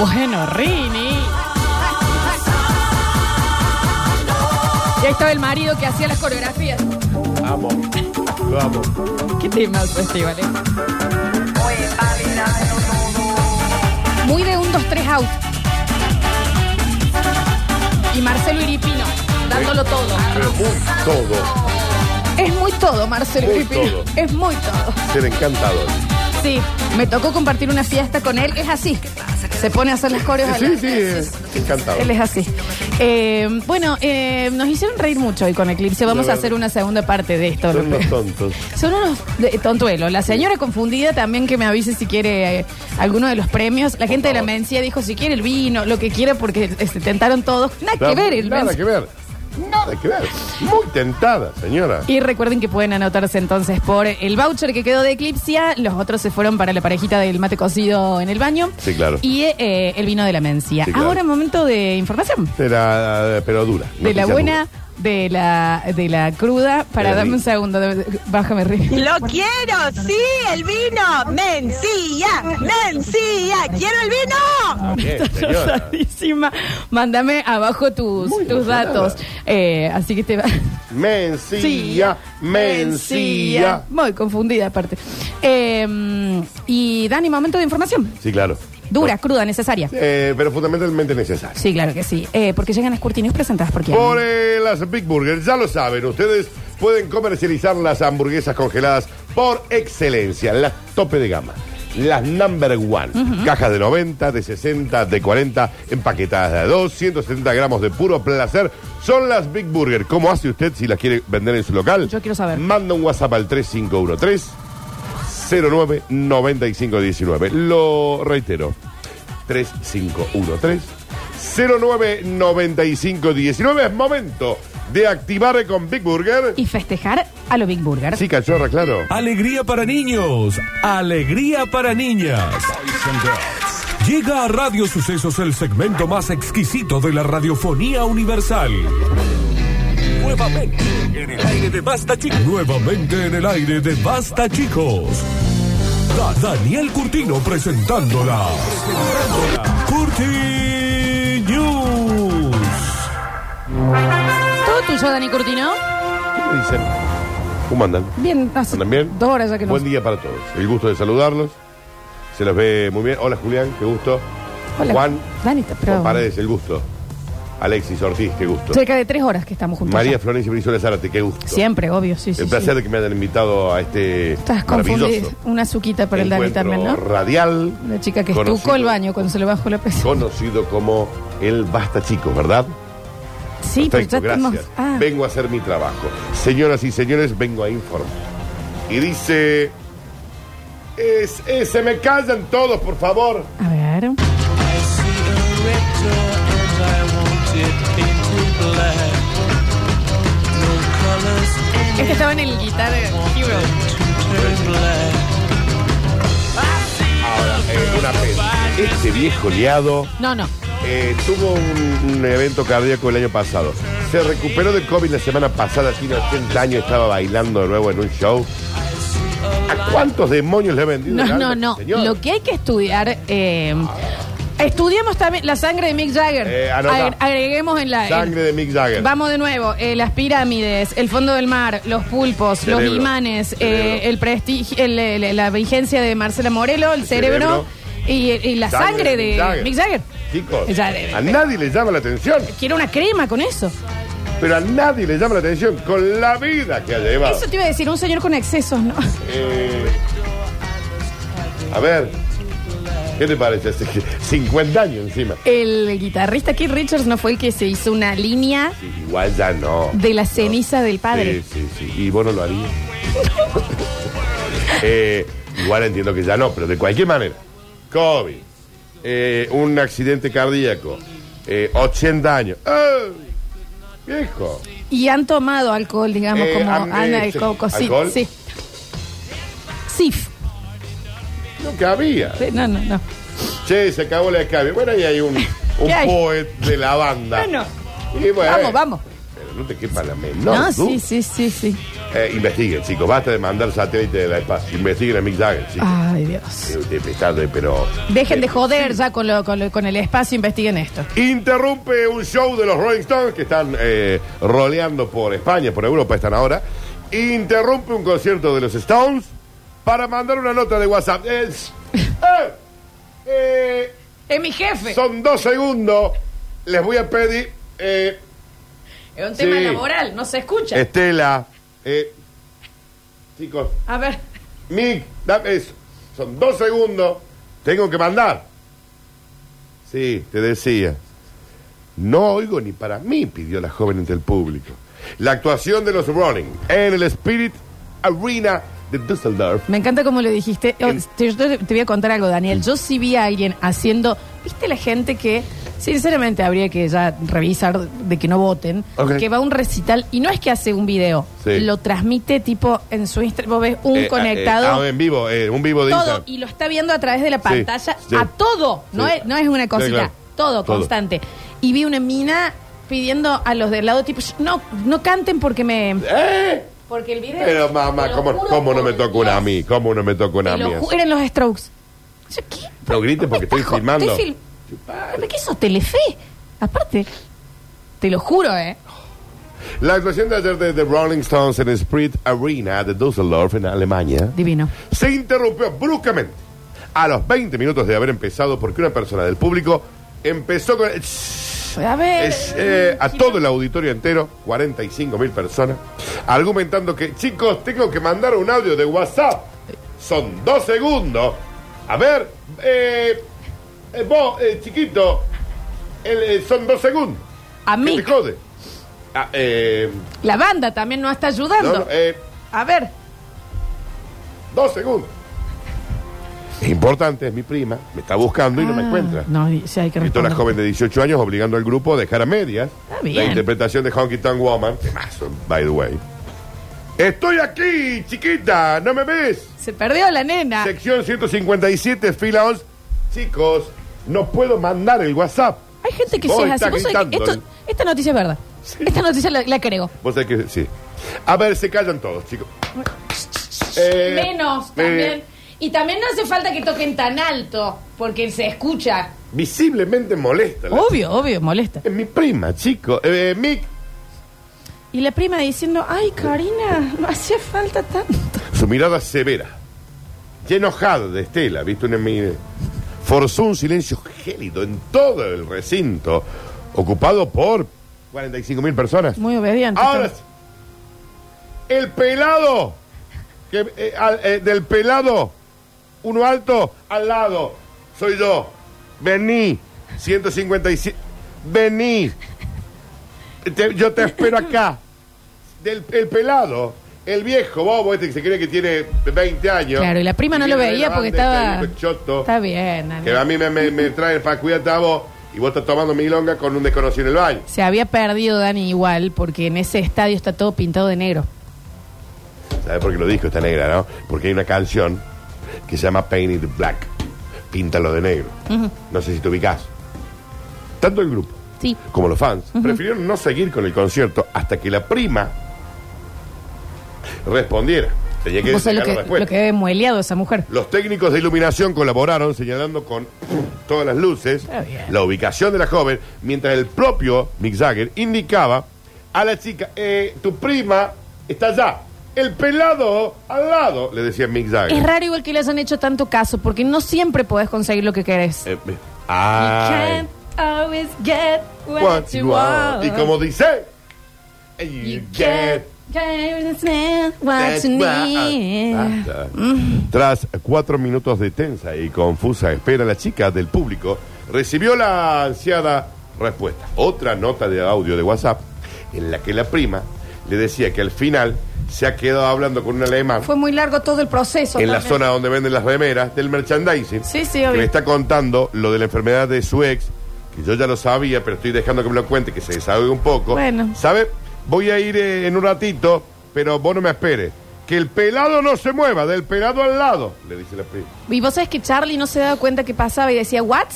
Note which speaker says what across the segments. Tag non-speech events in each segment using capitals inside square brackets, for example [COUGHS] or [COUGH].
Speaker 1: Bueno, Rini. Y ahí estaba el marido que hacía las coreografías.
Speaker 2: Amo. Lo amo.
Speaker 1: ¿Qué tema el festival? eh? Muy de un 2, 3 out. Y Marcelo Iripino, dándolo todo.
Speaker 2: Pero muy todo.
Speaker 1: Es muy todo, Marcelo
Speaker 2: Muy
Speaker 1: Iripino.
Speaker 2: todo.
Speaker 1: Es muy todo.
Speaker 2: Ser encantador.
Speaker 1: Sí, me tocó compartir una fiesta con él. Es así. Se pone a hacer las coreos a
Speaker 2: Sí,
Speaker 1: la-
Speaker 2: sí, es encantador.
Speaker 1: Él es así. Eh, bueno, eh, nos hicieron reír mucho hoy con Eclipse. Vamos a
Speaker 2: La verdad.
Speaker 1: hacer una segunda parte de esto.
Speaker 2: Son
Speaker 1: ¿no?
Speaker 2: unos tontos.
Speaker 1: Son unos de- tontuelos. La señora confundida también que me avise si quiere eh, alguno de los premios. La gente de la
Speaker 2: favor.
Speaker 1: Mencía dijo si quiere el vino, lo que quiera, porque eh, se tentaron todos. Nada que ver el
Speaker 2: Nada
Speaker 1: Mencía.
Speaker 2: que ver. Nada que ver. Muy tentada, señora.
Speaker 1: Y recuerden que pueden anotarse entonces por el voucher que quedó de Eclipsia. Los otros se fueron para la parejita del mate cocido en el baño.
Speaker 2: Sí, claro.
Speaker 1: Y eh, el vino de la Mencía.
Speaker 2: Sí, claro.
Speaker 1: Ahora momento de información.
Speaker 2: Pero, pero dura.
Speaker 1: De la
Speaker 2: Noticia
Speaker 1: buena,
Speaker 2: dura.
Speaker 1: de la, de la cruda. Para,
Speaker 2: Qué
Speaker 1: dame un
Speaker 2: rico.
Speaker 1: segundo. dame- Bájame, Rini.
Speaker 3: Lo quiero, sí, el vino. Mencía, mencía, quiero el vino.
Speaker 2: Ah, bien, señora.
Speaker 1: Rosadísima. Mándame abajo tus,
Speaker 2: Muy
Speaker 1: tus
Speaker 2: emocionada.
Speaker 1: datos. Eh, así que te va.
Speaker 2: Mencía, mencía.
Speaker 1: Muy confundida, aparte. Eh, y Dani, momento de información.
Speaker 2: Sí, claro.
Speaker 1: Dura, cruda, necesaria.
Speaker 2: Eh, pero fundamentalmente necesario.
Speaker 1: Sí, claro que sí. Eh, porque llegan las cortinas presentadas por quién.
Speaker 2: Por eh, las Big Burgers, ya lo saben, ustedes pueden comercializar las hamburguesas congeladas por excelencia, las tope de gama, las number one. Cajas de 90, de 60, de 40, empaquetadas de a 2, 170 gramos de puro placer. Son las Big Burger. ¿Cómo hace usted si las quiere vender en su local?
Speaker 1: Yo quiero saber.
Speaker 2: Manda un WhatsApp al 3513 099519. Lo reitero. 3513 099519. Es momento de activar con Big Burger.
Speaker 1: Y festejar a lo Big Burger.
Speaker 2: Sí, cachorra, claro.
Speaker 4: Alegría para niños, alegría para niñas. Llega a Radio Sucesos el segmento más exquisito de la radiofonía universal. Nuevamente en el aire de Basta Chicos. Nuevamente en el aire de Basta Chicos. Da- Daniel Curtino presentándola. Curti News.
Speaker 1: Todo tuyo, Dani Curtino.
Speaker 2: ¿Qué me dicen? ¿Cómo andan?
Speaker 1: Bien, hace
Speaker 2: ¿Andan bien?
Speaker 1: dos horas ya que no.
Speaker 2: Buen día para todos. El gusto de saludarlos. Se los ve muy bien. Hola, Julián, qué gusto.
Speaker 1: Hola.
Speaker 2: Juan.
Speaker 1: Dani, te- pero-
Speaker 2: Juan Paredes, el gusto. Alexis Ortiz, qué gusto.
Speaker 1: Cerca de tres horas que estamos juntos.
Speaker 2: María
Speaker 1: ya.
Speaker 2: Florencia Brizuela Zárate, qué gusto.
Speaker 1: Siempre, obvio, sí, sí.
Speaker 2: El
Speaker 1: sí.
Speaker 2: placer de que me hayan invitado a este
Speaker 1: Estás confundida.
Speaker 2: maravilloso
Speaker 1: Una suquita para el Dani
Speaker 2: encuentro
Speaker 1: también, ¿no?
Speaker 2: radial.
Speaker 1: La chica que
Speaker 2: conocido-
Speaker 1: estucó el baño cuando se le bajó la presión.
Speaker 2: Conocido como el Basta Chicos, ¿verdad?
Speaker 1: Sí,
Speaker 2: Perfecto,
Speaker 1: pero ya estamos.
Speaker 2: gracias.
Speaker 1: Ah,
Speaker 2: Vengo a hacer mi trabajo. Señoras y señores, vengo a informar. Y dice... "Es- eh, se me callan todos, por favor.
Speaker 1: a ver. Es que estaba en el Guitar eh, Hero.
Speaker 2: Ahora, eh, una pena. Este viejo liado
Speaker 1: No, no.
Speaker 2: eh, tuvo un, un evento cardíaco el año pasado. Se recuperó de COVID la semana pasada, tiene 80 años, estaba bailando de nuevo en un show. ¿A cuántos demonios le ha vendido? el
Speaker 1: No,
Speaker 2: alma, este
Speaker 1: no, no.
Speaker 2: señor?
Speaker 1: Lo que hay que estudiar. Eh, estudiemos también la sangre de Mick Jagger.
Speaker 2: Eh, anota.
Speaker 1: Agre- agreguemos en la. en-
Speaker 2: Sangre de Mick Jagger.
Speaker 1: Vamos de nuevo, eh, las pirámides, el fondo del mar, los pulpos, los
Speaker 2: Cerebro.
Speaker 1: imanes, eh,
Speaker 2: Cerebro.
Speaker 1: el prestigio, el- el- la vigencia de Marcela Morelo, el, cerebro,
Speaker 2: cerebro.
Speaker 1: y, y la sangre, de Mick Jagger.
Speaker 2: Chicos,
Speaker 1: Ya debe-
Speaker 2: a nadie le llama la atención,
Speaker 1: Quiero una crema con eso.
Speaker 2: pero a nadie le llama la atención con la vida que ha llevado.
Speaker 1: Eso te iba a decir, un señor con excesos, ¿no?
Speaker 2: Eh, a ver, ¿qué te parece? Hace que 50 años encima.
Speaker 1: El guitarrista Keith Richards no fue el que se hizo una línea
Speaker 2: Sí, igual ya no.
Speaker 1: de la ceniza del padre.
Speaker 2: Sí, sí, sí. Y vos no lo
Speaker 1: [LAUGHS]
Speaker 2: harías. Eh, igual entiendo que ya no, pero de cualquier manera. COVID, eh, un accidente cardíaco, eh, 80 años. ¡Ah! Viejo.
Speaker 1: Y han tomado alcohol, digamos,
Speaker 2: Eh,
Speaker 1: como
Speaker 2: han
Speaker 1: Ana del
Speaker 2: hecho
Speaker 1: Coco. Sí,
Speaker 2: alcohol.
Speaker 1: sí. Sif.
Speaker 2: Lo que había.
Speaker 1: Sí, No, no, no.
Speaker 2: Che, se
Speaker 1: [LAUGHS]
Speaker 2: acabó la escabia. Bueno, ahí hay un, un
Speaker 1: ¿Qué hay?
Speaker 2: poet de la banda.
Speaker 1: Bueno,
Speaker 2: Y bueno,
Speaker 1: Vamos, vamos.
Speaker 2: Pero no te quepa la
Speaker 1: No,
Speaker 2: menor.
Speaker 1: sí,
Speaker 2: duda.
Speaker 1: sí, sí, sí.
Speaker 2: Eh, investiguen, chicos. Basta de mandar satélite de la espacio. Investiguen a Mick Jagger, chicos.
Speaker 1: Ay, Dios.
Speaker 2: Eh, de pesado, eh, pero.
Speaker 1: Ah. Dejen de joder ya con, lo, con, lo- con el espacio, investiguen esto.
Speaker 2: Interrumpe un show de los Rolling Stones que están eh, roleando por España, por Europa están ahora. Interrumpe un concierto de los Stones para mandar una nota de WhatsApp. Es- [LAUGHS] eh, eh,
Speaker 1: Es mi jefe.
Speaker 2: son dos segundos. Les voy a pedir, eh,
Speaker 1: es un
Speaker 2: tema
Speaker 1: tema
Speaker 2: sí.
Speaker 1: laboral, no se escucha.
Speaker 2: Estela, eh, chicos,
Speaker 1: A ver,
Speaker 2: Mick, dame eso. Son dos segundos. Tengo que mandar. Sí, te decía. No oigo ni para mí, pidió la joven entre el público. La actuación de los Rolling en el Spirit Arena de Düsseldorf.
Speaker 1: me encanta como lo dijiste. Oh,
Speaker 2: El-
Speaker 1: te, yo te- te voy a contar algo, Daniel. Yo sí vi a alguien haciendo. ¿Viste la gente que.? Sinceramente habría que ya revisar de que no voten,
Speaker 2: Ok.
Speaker 1: que va a un recital y no es que hace un video,
Speaker 2: Sí.
Speaker 1: lo transmite tipo en su Instagram, vos ves un
Speaker 2: Eh,
Speaker 1: conectado,
Speaker 2: ah, eh, ah, en vivo, eh, un vivo de
Speaker 1: todo
Speaker 2: Instagram.
Speaker 1: y lo está viendo a través de la pantalla
Speaker 2: sí.
Speaker 1: a todo, no,
Speaker 2: Sí.
Speaker 1: es, no es una
Speaker 2: Sí,
Speaker 1: cosita,
Speaker 2: claro.
Speaker 1: todo,
Speaker 2: Todo.
Speaker 1: constante. Y vi una mina pidiendo a los del lado tipo, "Shh, no, no canten porque me
Speaker 2: ¿Eh?
Speaker 1: porque el video
Speaker 2: Pero mamá,
Speaker 1: te lo
Speaker 2: ¿cómo,
Speaker 1: juro
Speaker 2: cómo no
Speaker 1: por
Speaker 2: me toca una a mí? ¿Cómo no me toca una
Speaker 1: Dios,
Speaker 2: a
Speaker 1: te
Speaker 2: mí?
Speaker 1: lo ju- eran los Strokes. Yo, ¿qué?
Speaker 2: No grites porque
Speaker 1: Me
Speaker 2: estoy
Speaker 1: tajo,
Speaker 2: filmando.
Speaker 1: estoy fil- ¿Pero qué sos Telefe? Aparte, te lo juro, ¿eh?
Speaker 2: La actuación de ayer de The Rolling Stones en el Spirit Arena de Düsseldorf en Alemania.
Speaker 1: Divino.
Speaker 2: se interrumpió bruscamente a los 20 minutos de haber empezado porque una persona del público empezó con...
Speaker 1: A ver.
Speaker 2: Es, eh, a todo el auditorio entero, 45 mil personas, argumentando que, chicos, tengo que mandar un audio de WhatsApp. Son dos segundos. A ver, eh, eh, vos, eh, chiquito, el, eh, son dos segundos.
Speaker 1: A
Speaker 2: ¿Qué
Speaker 1: mí.
Speaker 2: te jode? Ah, eh,
Speaker 1: La banda también nos está ayudando.
Speaker 2: no, no, eh,
Speaker 1: A ver.
Speaker 2: dos segundos. Es importante, es mi prima, me está buscando y no me
Speaker 1: Ah,
Speaker 2: encuentra.
Speaker 1: No, di- sí, hay que
Speaker 2: Gritó la
Speaker 1: responder.
Speaker 2: joven de 18 años obligando al grupo a dejar a medias
Speaker 1: Está bien.
Speaker 2: la interpretación de Honky Tonk Woman. Temazo, by the way. Estoy aquí, chiquita, ¿no me ves?
Speaker 1: Se perdió la nena.
Speaker 2: Sección 157, fila 11. Chicos, no puedo mandar el WhatsApp.
Speaker 1: Hay gente que
Speaker 2: Vos
Speaker 1: sí es así.
Speaker 2: estás
Speaker 1: Vos sabés que
Speaker 2: Oh, gritando, eh.
Speaker 1: esto- esta noticia es verdad. Esta noticia la, la creo.
Speaker 2: Vos sabés que sí. A ver, se callan todos, chicos. Eh,
Speaker 1: Menos
Speaker 2: eh,
Speaker 1: también. Y también no hace falta que toquen tan alto, porque se escucha.
Speaker 2: visiblemente molesta. la-
Speaker 1: Obvio, obvio, molesta.
Speaker 2: Es mi prima, chico. Eh, Mick,
Speaker 1: Y la prima diciendo, ay, Karina, no hacía falta tanto.
Speaker 2: Su mirada severa, ya enojada de Estela, ¿viste? Una mi- Forzó un silencio gélido en todo el recinto, ocupado por 45 mil personas.
Speaker 1: Muy obediente.
Speaker 2: Ahora, sí, el pelado, que, eh, al- eh, del pelado, uno alto al lado, soy yo. Vení, 157. Vení. Te- yo te espero acá. Del, el pelado, el viejo bobo este que se cree que tiene 20 años.
Speaker 1: Claro, y la prima no
Speaker 2: Y
Speaker 1: lo
Speaker 2: viene de
Speaker 1: veía
Speaker 2: la
Speaker 1: porque
Speaker 2: banda,
Speaker 1: estaba.
Speaker 2: está ahí, choto.
Speaker 1: Está bien,
Speaker 2: Que
Speaker 1: Daniel.
Speaker 2: a mí me, me, me trae para cuidarte a vos y vos estás tomando milonga con un desconocido en el baño.
Speaker 1: Se había perdido Dani igual, porque en ese estadio está todo pintado de negro.
Speaker 2: ¿Sabes por qué lo dijo esta negra, no? Porque hay una canción que se llama Paint It Black. Píntalo de negro. No sé si te ubicás. Tanto el grupo
Speaker 1: Sí.
Speaker 2: como los fans prefirieron no seguir con el concierto hasta que la prima respondiera. Tenía que
Speaker 1: Vos sabés lo
Speaker 2: sacar la
Speaker 1: que,
Speaker 2: respuesta.
Speaker 1: lo que debe mueleado esa mujer.
Speaker 2: Los técnicos de iluminación colaboraron señalando con todas las luces
Speaker 1: Está bien.
Speaker 2: la ubicación de la joven, mientras el propio Mick Jagger indicaba a la chica, eh, tu prima está allá, el pelado al lado, le decía Mick Jagger.
Speaker 1: Es raro igual que le hayan hecho tanto caso, porque no siempre podés conseguir lo que querés.
Speaker 2: Eh, eh, ay,
Speaker 1: You can't always get what
Speaker 2: what
Speaker 1: you
Speaker 2: you
Speaker 1: want.
Speaker 2: want. Y como dice, you
Speaker 1: You
Speaker 2: get
Speaker 1: can't understand what
Speaker 2: That's Ah,
Speaker 1: you
Speaker 2: why-
Speaker 1: need.
Speaker 2: Basta. Tras cuatro minutos de tensa y confusa espera, la chica del público recibió la ansiada respuesta. Otra nota de audio de WhatsApp en la que la prima le decía que al final se ha quedado hablando con un alemán
Speaker 1: Fue muy largo todo el proceso.
Speaker 2: en la
Speaker 1: también.
Speaker 2: zona donde venden las remeras del merchandising.
Speaker 1: Sí, sí,
Speaker 2: que
Speaker 1: obvio.
Speaker 2: le está contando lo de la enfermedad de su ex, que yo ya lo sabía, pero estoy dejando que me lo cuente, que se desahogue un poco.
Speaker 1: Bueno.
Speaker 2: ¿Sabe? Voy a ir eh, en un ratito, pero vos no me esperes. Que el pelado no se mueva, del pelado al lado, le dice la prima.
Speaker 1: Y vos sabés que Charlie no se daba cuenta que pasaba y decía, ¿What?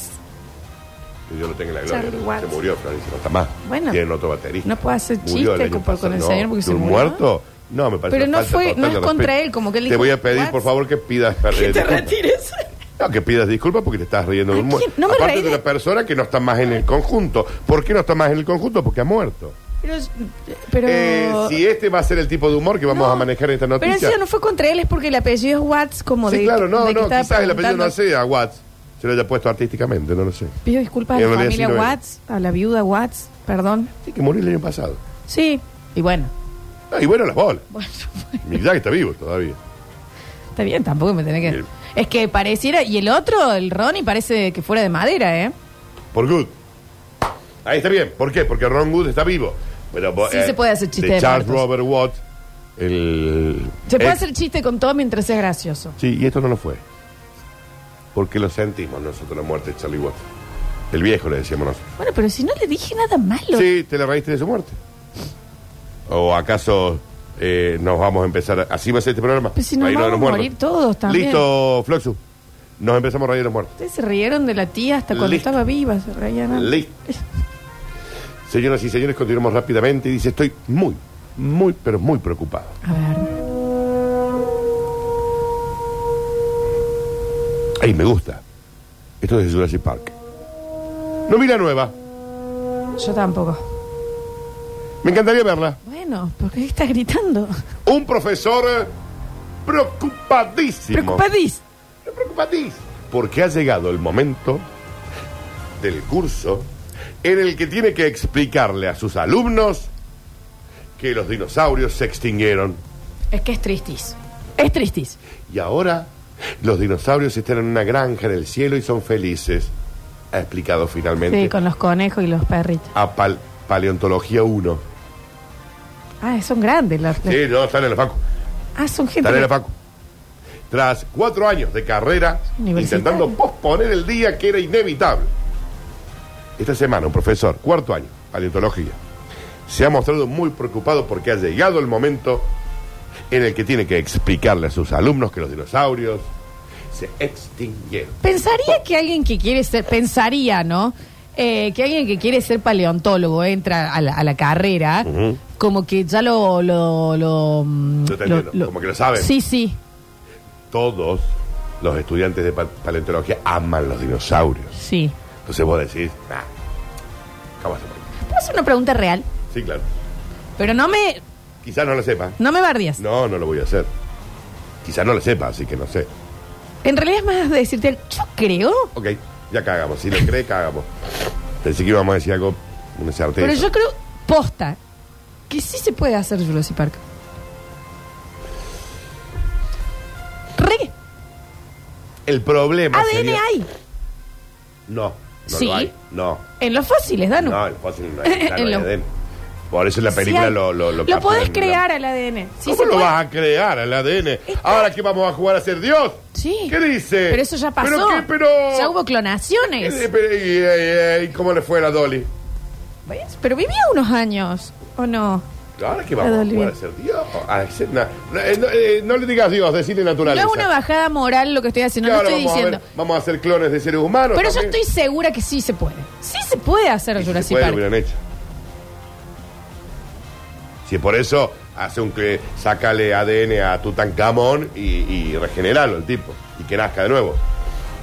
Speaker 2: Que Dios lo tenga en la
Speaker 1: Charlie
Speaker 2: gloria. ¿no? Se
Speaker 1: Watts.
Speaker 2: murió, Florencia, no está más.
Speaker 1: Bueno.
Speaker 2: Tienen otro baterista.
Speaker 1: No puedo hacer
Speaker 2: Murió
Speaker 1: chiste
Speaker 2: año
Speaker 1: con- por- con el señor porque se
Speaker 2: ¿Estuvo
Speaker 1: murió?
Speaker 2: muerto? No, me parece
Speaker 1: Pero
Speaker 2: una
Speaker 1: no
Speaker 2: falta
Speaker 1: fue-
Speaker 2: total
Speaker 1: no
Speaker 2: de
Speaker 1: es contra
Speaker 2: respeto.
Speaker 1: él, como que él
Speaker 2: Te
Speaker 1: dijo,
Speaker 2: voy a pedir,
Speaker 1: Watts.
Speaker 2: por favor, que pidas per- eh,
Speaker 1: Que te
Speaker 2: disculpas.
Speaker 1: retires.
Speaker 2: No, que pidas disculpas porque te estás riendo de un
Speaker 1: ¿A
Speaker 2: muerto.
Speaker 1: quién? No me
Speaker 2: Aparte
Speaker 1: reí
Speaker 2: de
Speaker 1: de-
Speaker 2: una persona que no está más en el conjunto. ¿Por qué no está más en el conjunto? Porque ha muerto.
Speaker 1: Pero. pero...
Speaker 2: Eh, si este va a ser el tipo de humor que vamos
Speaker 1: No,
Speaker 2: a manejar en esta
Speaker 1: Pero
Speaker 2: noticia.
Speaker 1: encima no fue contra él, es porque el apellido es Watts, como
Speaker 2: sí,
Speaker 1: de.
Speaker 2: claro, no,
Speaker 1: de que
Speaker 2: no,
Speaker 1: estaba
Speaker 2: quizás el apellido no
Speaker 1: preguntando.
Speaker 2: sea Watts. Se lo haya puesto artísticamente, no lo sé.
Speaker 1: Pido disculpas a
Speaker 2: En
Speaker 1: la
Speaker 2: realidad sí
Speaker 1: familia
Speaker 2: lo era.
Speaker 1: Watts, a la viuda Watts, perdón.
Speaker 2: Sí, que murió el año pasado.
Speaker 1: Sí, y bueno.
Speaker 2: Ah, y bueno, las bolas.
Speaker 1: Bueno,
Speaker 2: Mick Jagger está vivo todavía.
Speaker 1: está bien, tampoco me tenés que.
Speaker 2: Bien.
Speaker 1: Es que pareciera. Y el otro, el Ronnie, parece que fuera de madera, ¿eh?
Speaker 2: Por Good. Ahí está bien. ¿Por qué? Porque Ron Good está vivo. Pero, bo-
Speaker 1: Sí se puede hacer chiste de
Speaker 2: Charles
Speaker 1: muertos.
Speaker 2: Robert Watt, el...
Speaker 1: Se puede
Speaker 2: ex-
Speaker 1: hacer chiste con todo mientras sea gracioso.
Speaker 2: Sí, y esto no lo fue. Porque lo sentimos nosotros la muerte de Charlie Watt. El viejo le decíamos nosotros.
Speaker 1: Bueno, pero si no le dije nada malo.
Speaker 2: Sí, te la reíste de su muerte. ¿O acaso eh, nos vamos a empezar... a- Así va a ser este programa.
Speaker 1: Pues si nos
Speaker 2: Reírnos de los
Speaker 1: vamos a
Speaker 2: muertos.
Speaker 1: morir todos también.
Speaker 2: Listo, Floxu. Nos empezamos a reír de los muertos.
Speaker 1: Ustedes se rieron de la tía hasta cuando
Speaker 2: Listo.
Speaker 1: estaba viva, se reían. antes.
Speaker 2: Listo. Señoras y señores, continuamos rápidamente. Y dice, estoy muy, muy, pero muy preocupado.
Speaker 1: A ver.
Speaker 2: Ay, me gusta. Esto es de Jurassic Park. No vi la nueva.
Speaker 1: Yo tampoco.
Speaker 2: Me encantaría verla.
Speaker 1: Bueno, ¿por qué estás gritando?
Speaker 2: Un profesor eh, preocupadísimo.
Speaker 1: Preocupadís.
Speaker 2: No preocupadís. Porque ha llegado el momento del curso en el que tiene que explicarle a sus alumnos que los dinosaurios se extinguieron.
Speaker 1: Es que es tristis. Es tristis.
Speaker 2: Y ahora los dinosaurios están en una granja en el cielo y son felices. Ha explicado finalmente
Speaker 1: Sí, con los conejos y los perritos.
Speaker 2: a Pal- Paleontología 1.
Speaker 1: Ah, son grandes los. los-
Speaker 2: Sí, no, están en la facu.
Speaker 1: Ah, son gente.
Speaker 2: Están en la facu. Tras cuatro años de carrera,
Speaker 1: Universitario.
Speaker 2: intentando posponer el día que era inevitable. Esta semana, un profesor, cuarto año, paleontología, se ha mostrado muy preocupado porque ha llegado el momento en el que tiene que explicarle a sus alumnos que los dinosaurios se extinguieron.
Speaker 1: Pensaría que alguien que quiere ser, pensaría, ¿no? Eh, que alguien que quiere ser paleontólogo entra a la, a la carrera,
Speaker 2: Ujú.
Speaker 1: como que ya lo... lo, lo, mm,
Speaker 2: Yo te entiendo, como que lo saben.
Speaker 1: Sí, sí.
Speaker 2: todos los estudiantes de pa- paleontología aman los dinosaurios.
Speaker 1: Sí.
Speaker 2: Entonces vos decís, ah, jamás se muere.
Speaker 1: Puedo hacer una pregunta real,
Speaker 2: Sí, claro.
Speaker 1: pero no me,
Speaker 2: Quizás no lo sepa.
Speaker 1: no me bardias.
Speaker 2: No, no lo voy a hacer. Quizás no lo sepa, así que no sé.
Speaker 1: En realidad es más de decirte, yo creo,
Speaker 2: Ok, ya cagamos. Si lo cree, cagamos. Pensé que íbamos a decir algo, una certeza.
Speaker 1: pero yo creo, posta, que sí se puede hacer Jurassic Park. Re,
Speaker 2: El problema
Speaker 1: ADN
Speaker 2: sería-
Speaker 1: hay.
Speaker 2: No, no
Speaker 1: Sí.
Speaker 2: lo hay. No,
Speaker 1: En los fósiles, Danu.
Speaker 2: no, el fósil no hay. ya no
Speaker 1: Ah, [LAUGHS] En
Speaker 2: hay
Speaker 1: lo-
Speaker 2: ADN. Por eso en la
Speaker 1: Sí
Speaker 2: película
Speaker 1: hay.
Speaker 2: lo... Lo, lo capturan,
Speaker 1: podés
Speaker 2: ¿no?
Speaker 1: crear al ADN. Sí
Speaker 2: ¿Cómo
Speaker 1: se
Speaker 2: lo
Speaker 1: puede.
Speaker 2: vas a crear al ADN? Ahora que vamos a jugar a ser Dios.
Speaker 1: Sí.
Speaker 2: ¿Qué dice?
Speaker 1: Pero eso ya pasó.
Speaker 2: ¿Pero qué? Pero...
Speaker 1: Ya hubo
Speaker 2: Eh,
Speaker 1: clonaciones.
Speaker 2: eh, pero, ¿Y, eh, eh, cómo le fue a la Dolly?
Speaker 1: ¿Ves? Pero vivía unos años, ¿o no?
Speaker 2: Ahora que vamos
Speaker 1: La
Speaker 2: a
Speaker 1: Dolly.
Speaker 2: jugar a ser Dios. A ser na- no, eh, no, eh, no le digas Dios, decirle naturaleza.
Speaker 1: No es una bajada moral lo que estoy haciendo,
Speaker 2: Que
Speaker 1: no
Speaker 2: ahora
Speaker 1: estoy
Speaker 2: vamos
Speaker 1: diciendo.
Speaker 2: A ver, vamos a hacer clones de seres humanos.
Speaker 1: Pero yo
Speaker 2: también.
Speaker 1: estoy segura que sí se puede. Sí se puede hacer
Speaker 2: Y si se
Speaker 1: Jurassic
Speaker 2: puede, lo
Speaker 1: Park.
Speaker 2: hubieran hecho. Si por eso hace un que sácale ADN a Tutankamón y, y regeneralo el tipo. Y que nazca de nuevo.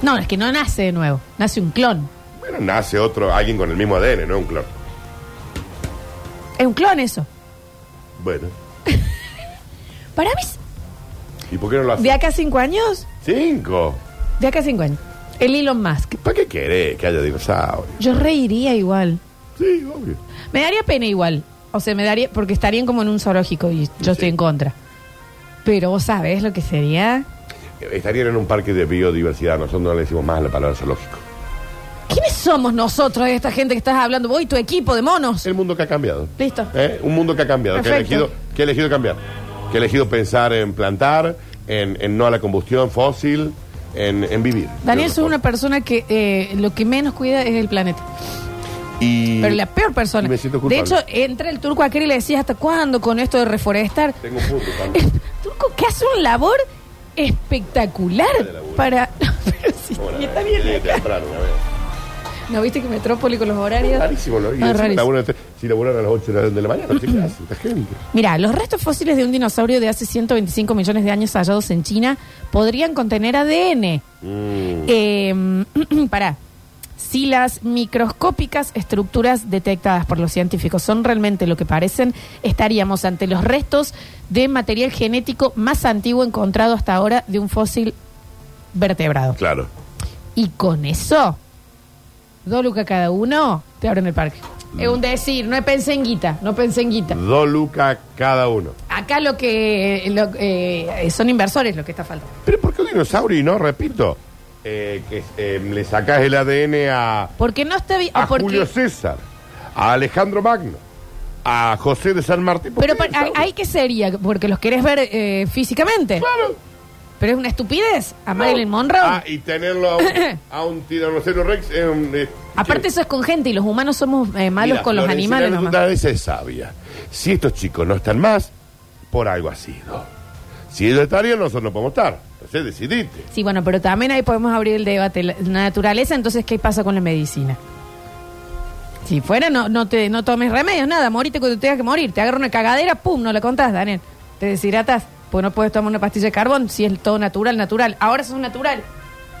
Speaker 1: No, es que no nace de nuevo. Nace un clon.
Speaker 2: Bueno, nace otro, alguien con el mismo ADN, no un clon.
Speaker 1: Es un clon eso.
Speaker 2: Bueno,
Speaker 1: Para mí, es-
Speaker 2: ¿y por qué no lo hace?
Speaker 1: de acá a cinco años,
Speaker 2: Cinco.
Speaker 1: de acá a cinco años. El Elon Musk.
Speaker 2: ¿Para qué querés que haya dinosaurios?
Speaker 1: Yo reiría igual.
Speaker 2: Sí, obvio.
Speaker 1: Me daría pena igual. O sea, me daría. Porque estarían como en un zoológico y yo estoy en contra. Pero vos sabés lo que sería.
Speaker 2: Eh, Estarían en un parque de biodiversidad. Nosotros no le decimos más la palabra zoológico.
Speaker 1: ¿Quiénes somos nosotros, esta gente que estás hablando? Vos y tu equipo de monos.
Speaker 2: El mundo que ha cambiado.
Speaker 1: Listo.
Speaker 2: ¿Eh? Un mundo que ha cambiado, que ha,
Speaker 1: Perfecto.
Speaker 2: elegido, que ha elegido cambiar. Que ha elegido pensar en plantar, en, en no a la combustión fósil, en, en vivir.
Speaker 1: Daniel es
Speaker 2: Yo
Speaker 1: una
Speaker 2: recuerdo.
Speaker 1: persona que eh, lo que menos cuida es el planeta.
Speaker 2: Y
Speaker 1: Pero la peor persona.
Speaker 2: y me siento
Speaker 1: de
Speaker 2: culpable.
Speaker 1: hecho, entra el turco aquel y le decías, ¿hasta cuándo con esto de reforestar?
Speaker 2: Tengo un punto
Speaker 1: El
Speaker 2: también.
Speaker 1: turco que hace un labor espectacular
Speaker 2: de laburo.
Speaker 1: para... [LAUGHS] Pero sí,
Speaker 2: Ahora,
Speaker 1: está bien
Speaker 2: llegué
Speaker 1: acá.
Speaker 2: temprano, una vez.
Speaker 1: ¿No viste que Metrópoli con los horarios?
Speaker 2: Rarísimo, ¿no? Y
Speaker 1: Ah,
Speaker 2: encima
Speaker 1: rarísimo.
Speaker 2: laburan hasta- si laburan a las 8 de la- de la mañana, ¿qué hace esta gente?
Speaker 1: Mira, los restos fósiles de un dinosaurio de hace 125 millones de años hallados en China podrían contener ADN.
Speaker 2: Mm,
Speaker 1: Eh, [CLEARS THROAT] pará. Si las microscópicas estructuras detectadas por los científicos son realmente lo que parecen, estaríamos ante los restos de material genético más antiguo encontrado hasta ahora de un fósil vertebrado.
Speaker 2: Claro.
Speaker 1: Y con eso, dos lucas cada uno, te abren el parque.
Speaker 2: Mm.
Speaker 1: Es un decir, no pensé en guita, no pensé en guita.
Speaker 2: Dos lucas cada uno.
Speaker 1: Acá lo que lo- eh, son inversores lo que está faltando.
Speaker 2: Pero ¿por qué un dinosaurio y no, repito? eh, que eh, le sacás el ADN a,
Speaker 1: Porque no está bien.
Speaker 2: a Ah, Julio César, a Alejandro Magno, a José de San Martín. ¿Por
Speaker 1: Pero
Speaker 2: qué
Speaker 1: pa- hay,
Speaker 2: dinosaurio?
Speaker 1: hay que sería, porque los querés ver eh, físicamente.
Speaker 2: Claro.
Speaker 1: Pero es una estupidez. A Marilyn Monroe.
Speaker 2: Ah, y tenerlo a un,
Speaker 1: [COUGHS]
Speaker 2: a un tiranosaurio rex. es un, eh,
Speaker 1: Aparte, eso es con gente y los humanos somos eh, malos
Speaker 2: Mira,
Speaker 1: con los
Speaker 2: Florencia,
Speaker 1: animales
Speaker 2: La
Speaker 1: nomás.
Speaker 2: anécdota esa es sabia. Si estos chicos no están más, por algo ha sido. Si ellos estarían, nosotros no podemos estar. Entonces decidiste.
Speaker 1: Sí, bueno, pero también ahí podemos abrir el debate. La naturaleza, entonces, ¿qué pasa con la medicina? Si fuera, no, no te no tomes remedios, nada. Morite cuando tengas que morir. Te agarra una cagadera, pum, no la contás, Daniel. Te deshidratas. Pues no puedes tomar una pastilla de carbón si es todo natural, natural. Ahora sos natural.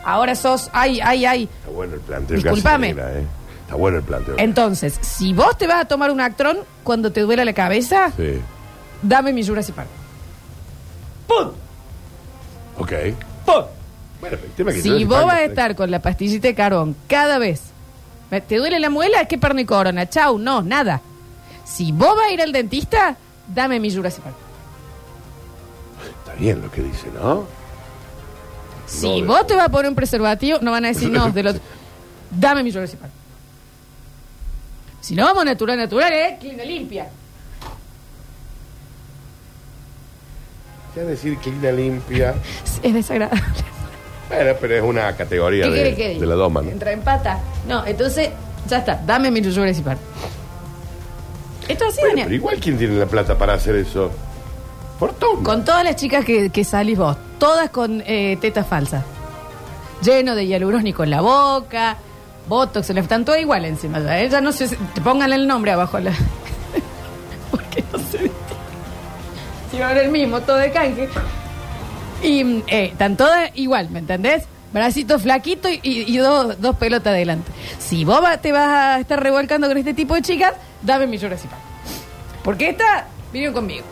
Speaker 1: Ahora sos. Ay, ay, ay.
Speaker 2: Está bueno el planteo. que
Speaker 1: Disculpame.
Speaker 2: hace Negra, ¿eh? Está bueno el planteo.
Speaker 1: Entonces, si vos te vas a tomar un actrón cuando te duela la cabeza,
Speaker 2: Sí.
Speaker 1: dame mi Jurassic Park.
Speaker 2: Ok. Bueno, el tema es que
Speaker 1: Si
Speaker 2: Jurassic
Speaker 1: vos
Speaker 2: Park-
Speaker 1: vas a estar con la pastillita de carbón cada vez, me- ¿te duele la muela? Es que perno y corona. Chau, no, nada. Si vos vas a ir al dentista, dame mi Jurassic Park.
Speaker 2: Está bien lo que dice, ¿no?
Speaker 1: Si
Speaker 2: de-
Speaker 1: vos te vas a poner un preservativo, no van a decir no,
Speaker 2: [LAUGHS]
Speaker 1: del otro. Dame mi Jurassic Park. Si no vamos natural, natural, ¿eh? Clina limpia.
Speaker 2: Ya decir clina limpia.
Speaker 1: Es desagradable.
Speaker 2: Bueno, pero es una categoría
Speaker 1: ¿Qué
Speaker 2: de,
Speaker 1: querés que diga?
Speaker 2: de la doma, ¿no?
Speaker 1: Entra en pata. No, entonces, ya está. Dame mi Jurassic Park. Esto así,
Speaker 2: Bueno,
Speaker 1: Daniel.
Speaker 2: pero igual, ¿quién tiene la plata para hacer eso? Fortuna.
Speaker 1: Con todas las chicas que, que salís vos, todas con eh, tetas falsas. Lleno de hialurónico en la boca, botox, en la- están todas igual encima. Ya, ¿eh? Ya no sé, si- te pongan el nombre abajo. La... [LAUGHS] Porque no sé. Si va a haber el mismo, todo de canje. Y mm, eh, están todas igual, ¿me entendés? Bracito flaquito y, y dos, dos pelotas adelante. Si vos va- te vas a estar revolcando con este tipo de chicas, dame mi Jurassic Park. Porque esta vinieron conmigo.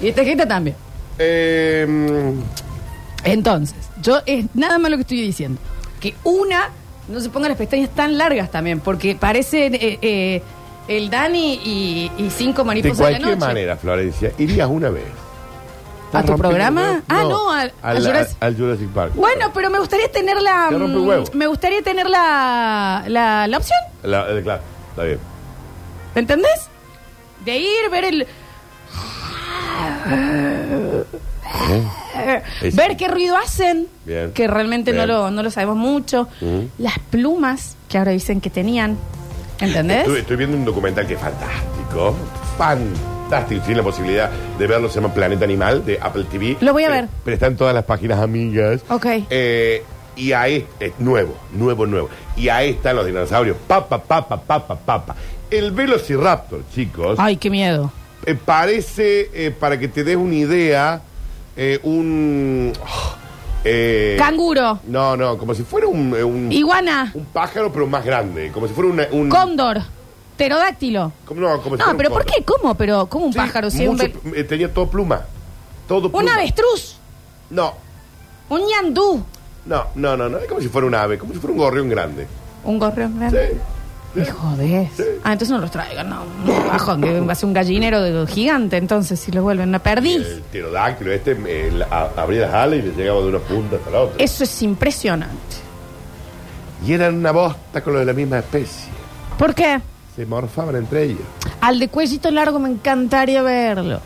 Speaker 1: Y esta gente también.
Speaker 2: Eh, mm,
Speaker 1: Entonces, yo es nada más lo que estoy diciendo. Que una, no se pongan las pestañas tan largas también, porque parecen eh, eh, el Dani y, y cinco
Speaker 2: de
Speaker 1: mariposas en la
Speaker 2: cualquier
Speaker 1: noche.
Speaker 2: manera, Florencia, irías una vez.
Speaker 1: ¿A tu
Speaker 2: Rompe
Speaker 1: programa?
Speaker 2: el-
Speaker 1: Ah, no, al- al
Speaker 2: la-
Speaker 1: Jurassic-
Speaker 2: al Jurassic Park.
Speaker 1: Bueno, pero me gustaría tener la.
Speaker 2: Te rompe el
Speaker 1: mm,
Speaker 2: huevo.
Speaker 1: Me gustaría tener la, la, la opción.
Speaker 2: La- eh, claro, está bien.
Speaker 1: ¿Me entendés? De ir, ver el.
Speaker 2: Es-
Speaker 1: Ver qué ruido hacen,
Speaker 2: Bien.
Speaker 1: que realmente no
Speaker 2: Bien.
Speaker 1: lo, no lo sabemos mucho. Las plumas que ahora dicen que tenían. ¿Entendés?
Speaker 2: Estuve- estoy viendo un documental que es fantástico. Fantástico. Tiene la posibilidad de verlo, se llama Planeta Animal de Apple TV.
Speaker 1: Lo voy a
Speaker 2: Pero-
Speaker 1: ver.
Speaker 2: Pero está en todas las páginas amigas.
Speaker 1: Ok.
Speaker 2: Eh, y ahí es nuevo, nuevo, nuevo. Y ahí están los dinosaurios. Papa, papa, papa, papa. El Velociraptor, chicos.
Speaker 1: Ay, qué miedo.
Speaker 2: Eh, parece, eh, para que te des una idea, eh, un... oh, eh,
Speaker 1: Canguro.
Speaker 2: No, no, como si fuera un... eh, un-
Speaker 1: Iguana.
Speaker 2: un pájaro, pero más grande. Como si fuera una- un...
Speaker 1: Cóndor. Pterodáctilo.
Speaker 2: como- no, como si fuera
Speaker 1: No,
Speaker 2: un
Speaker 1: pero ¿por
Speaker 2: cóndor.
Speaker 1: qué? ¿Cómo? Pero, ¿cómo un
Speaker 2: Sí,
Speaker 1: pájaro? Si es un
Speaker 2: mucho
Speaker 1: ve-
Speaker 2: pl- eh, tenía todo pluma. Todo pluma.
Speaker 1: un avestruz.
Speaker 2: No,
Speaker 1: Un ñandú.
Speaker 2: no, no, no, no. Es como si fuera un ave, como si fuera un gorrión grande.
Speaker 1: Un gorrión
Speaker 2: Sí.
Speaker 1: grande.
Speaker 2: sí.
Speaker 1: Me jodés. Ah, entonces no los traigan, no. no, Bajón, que va a ser un gallinero de gigante, entonces, si los vuelven una perdiz.
Speaker 2: El pterodáctilo este eh, la- a- abría las alas y le llegaba de una punta hasta la otra.
Speaker 1: Eso es impresionante.
Speaker 2: Y eran una bosta con los de la misma especie.
Speaker 1: ¿Por qué?
Speaker 2: Se morfaban entre ellos.
Speaker 1: Al de cuellito largo me encantaría verlo.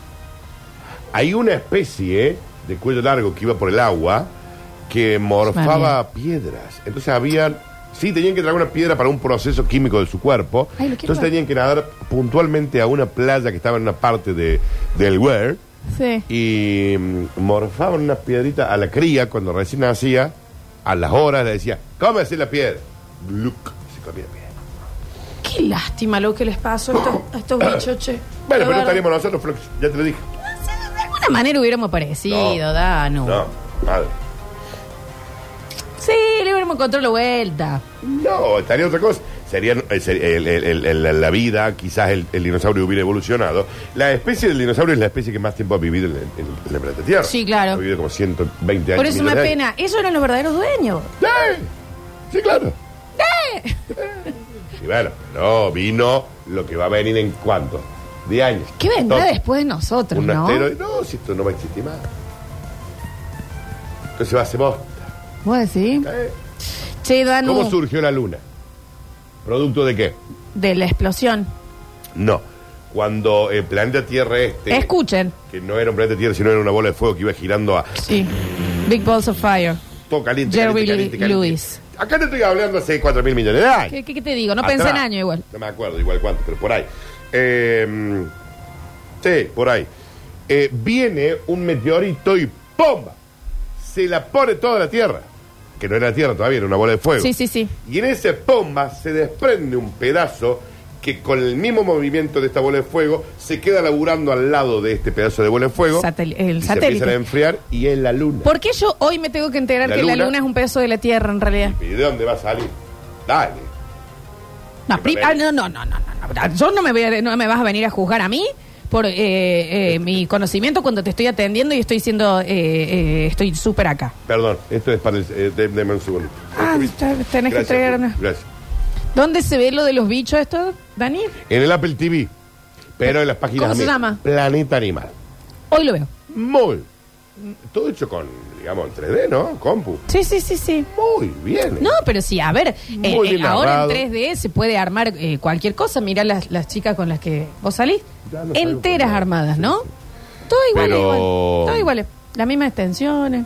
Speaker 2: Hay una especie de cuello largo que iba por el agua que morfaba piedras. Entonces habían. Sí, tenían que traer una piedra para un proceso químico de su cuerpo.
Speaker 1: Ay, lo quiero
Speaker 2: Entonces
Speaker 1: ver.
Speaker 2: tenían que nadar puntualmente a una playa que estaba en una parte de, del Weir
Speaker 1: Sí.
Speaker 2: y mm, morfaban una piedrita a la cría cuando recién nacía a las horas le decía, cómese la piedra. Gluc, se comía la piedra.
Speaker 1: Qué lástima lo que les pasó a estos, a estos bichos, che.
Speaker 2: Bueno,
Speaker 1: La
Speaker 2: pero no
Speaker 1: verdad.
Speaker 2: estaríamos nosotros, Flox, ya te lo dije.
Speaker 1: De alguna manera hubiéramos parecido,
Speaker 2: No.
Speaker 1: Danu.
Speaker 2: No, madre.
Speaker 1: Sí, le hubiéramos encontrado la vuelta.
Speaker 2: No, estaría otra cosa. Sería, eh, ser- el- el- el- el- la- la vida, quizás el, el dinosaurio hubiera evolucionado. La especie del dinosaurio es la especie que más tiempo ha vivido en, en- en el planeta Tierra.
Speaker 1: Sí, claro.
Speaker 2: Ha vivido como 120 años.
Speaker 1: Por eso me
Speaker 2: miles de años.
Speaker 1: pena. Ellos eran los verdaderos dueños.
Speaker 2: ¡Sí! Sí, claro.
Speaker 1: ¡Eh!
Speaker 2: Y bueno, no, vino lo que va a venir en cuánto? De años.
Speaker 1: ¿Qué vendrá
Speaker 2: Top.
Speaker 1: después de nosotros,
Speaker 2: Un
Speaker 1: no?
Speaker 2: asteroide. No, si esto no va a existir más. Entonces va a ser vos.
Speaker 1: ¿Vos decís?
Speaker 2: ¿eh?
Speaker 1: Che, Danu,
Speaker 2: ¿Cómo surgió la luna? ¿Producto de qué?
Speaker 1: de la explosión.
Speaker 2: No. Cuando el planeta Tierra este.
Speaker 1: Escuchen.
Speaker 2: Que no era un planeta Tierra, sino era una bola de fuego que iba girando a
Speaker 1: Sí. Big Balls of Fire.
Speaker 2: todo caliente.
Speaker 1: Jerry
Speaker 2: caliente, caliente, caliente.
Speaker 1: Lewis.
Speaker 2: Acá te estoy hablando hace 4 mil millones de años.
Speaker 1: ¿Qué, qué- qué te digo? No pensé en
Speaker 2: Atrás.
Speaker 1: año igual.
Speaker 2: No me acuerdo igual cuánto, pero por ahí. Eh, sí, por ahí. Eh, viene un meteorito y ¡pomba! Se la pone toda la Tierra. Que no era la Tierra todavía, era una bola de fuego.
Speaker 1: Sí, sí, sí.
Speaker 2: Y en esa pomba se desprende un pedazo que con el mismo movimiento de esta bola de fuego se queda laburando al lado de este pedazo de bola de fuego.
Speaker 1: Satel- el
Speaker 2: y se
Speaker 1: satélite.
Speaker 2: empiezan a enfriar y es la luna.
Speaker 1: ¿Por qué yo hoy me tengo que enterar
Speaker 2: La
Speaker 1: que la
Speaker 2: luna.
Speaker 1: luna es un pedazo de la Tierra en realidad?
Speaker 2: ¿Y de dónde va a salir? Dale.
Speaker 1: No, pri- ah, no, no, no, no, no. Yo no me, voy a- no me vas a venir a juzgar a mí por eh,
Speaker 2: Este.
Speaker 1: eh, mi conocimiento cuando te estoy atendiendo y estoy diciendo, eh, eh, estoy súper acá.
Speaker 2: Perdón, esto es para el... Eh, de, deme un segundo. Este
Speaker 1: Ah, está- tenés que
Speaker 2: Gracias,
Speaker 1: traer
Speaker 2: Juli,
Speaker 1: una-
Speaker 2: Gracias.
Speaker 1: ¿Dónde se ve lo de los bichos esto, Dani?
Speaker 2: En el Apple TV, pero en las páginas...
Speaker 1: ¿Cómo se
Speaker 2: amigas.
Speaker 1: llama?
Speaker 2: Planeta Animal.
Speaker 1: Hoy lo veo.
Speaker 2: Muy. Todo hecho con, digamos, en 3D, ¿no? Compu.
Speaker 1: Sí, sí, sí, sí.
Speaker 2: Muy bien.
Speaker 1: No, pero sí, a ver,
Speaker 2: Muy
Speaker 1: eh, eh,
Speaker 2: bien
Speaker 1: ahora en
Speaker 2: narrado.
Speaker 1: 3D se puede armar eh, cualquier cosa. Mirá las, las chicas con las que vos salís.
Speaker 2: Ya no salgo
Speaker 1: Enteras
Speaker 2: con-
Speaker 1: armadas, ¿no?
Speaker 2: Sí,
Speaker 1: Todo igual,
Speaker 2: Pero-
Speaker 1: igual. Todo igual. Las mismas extensiones.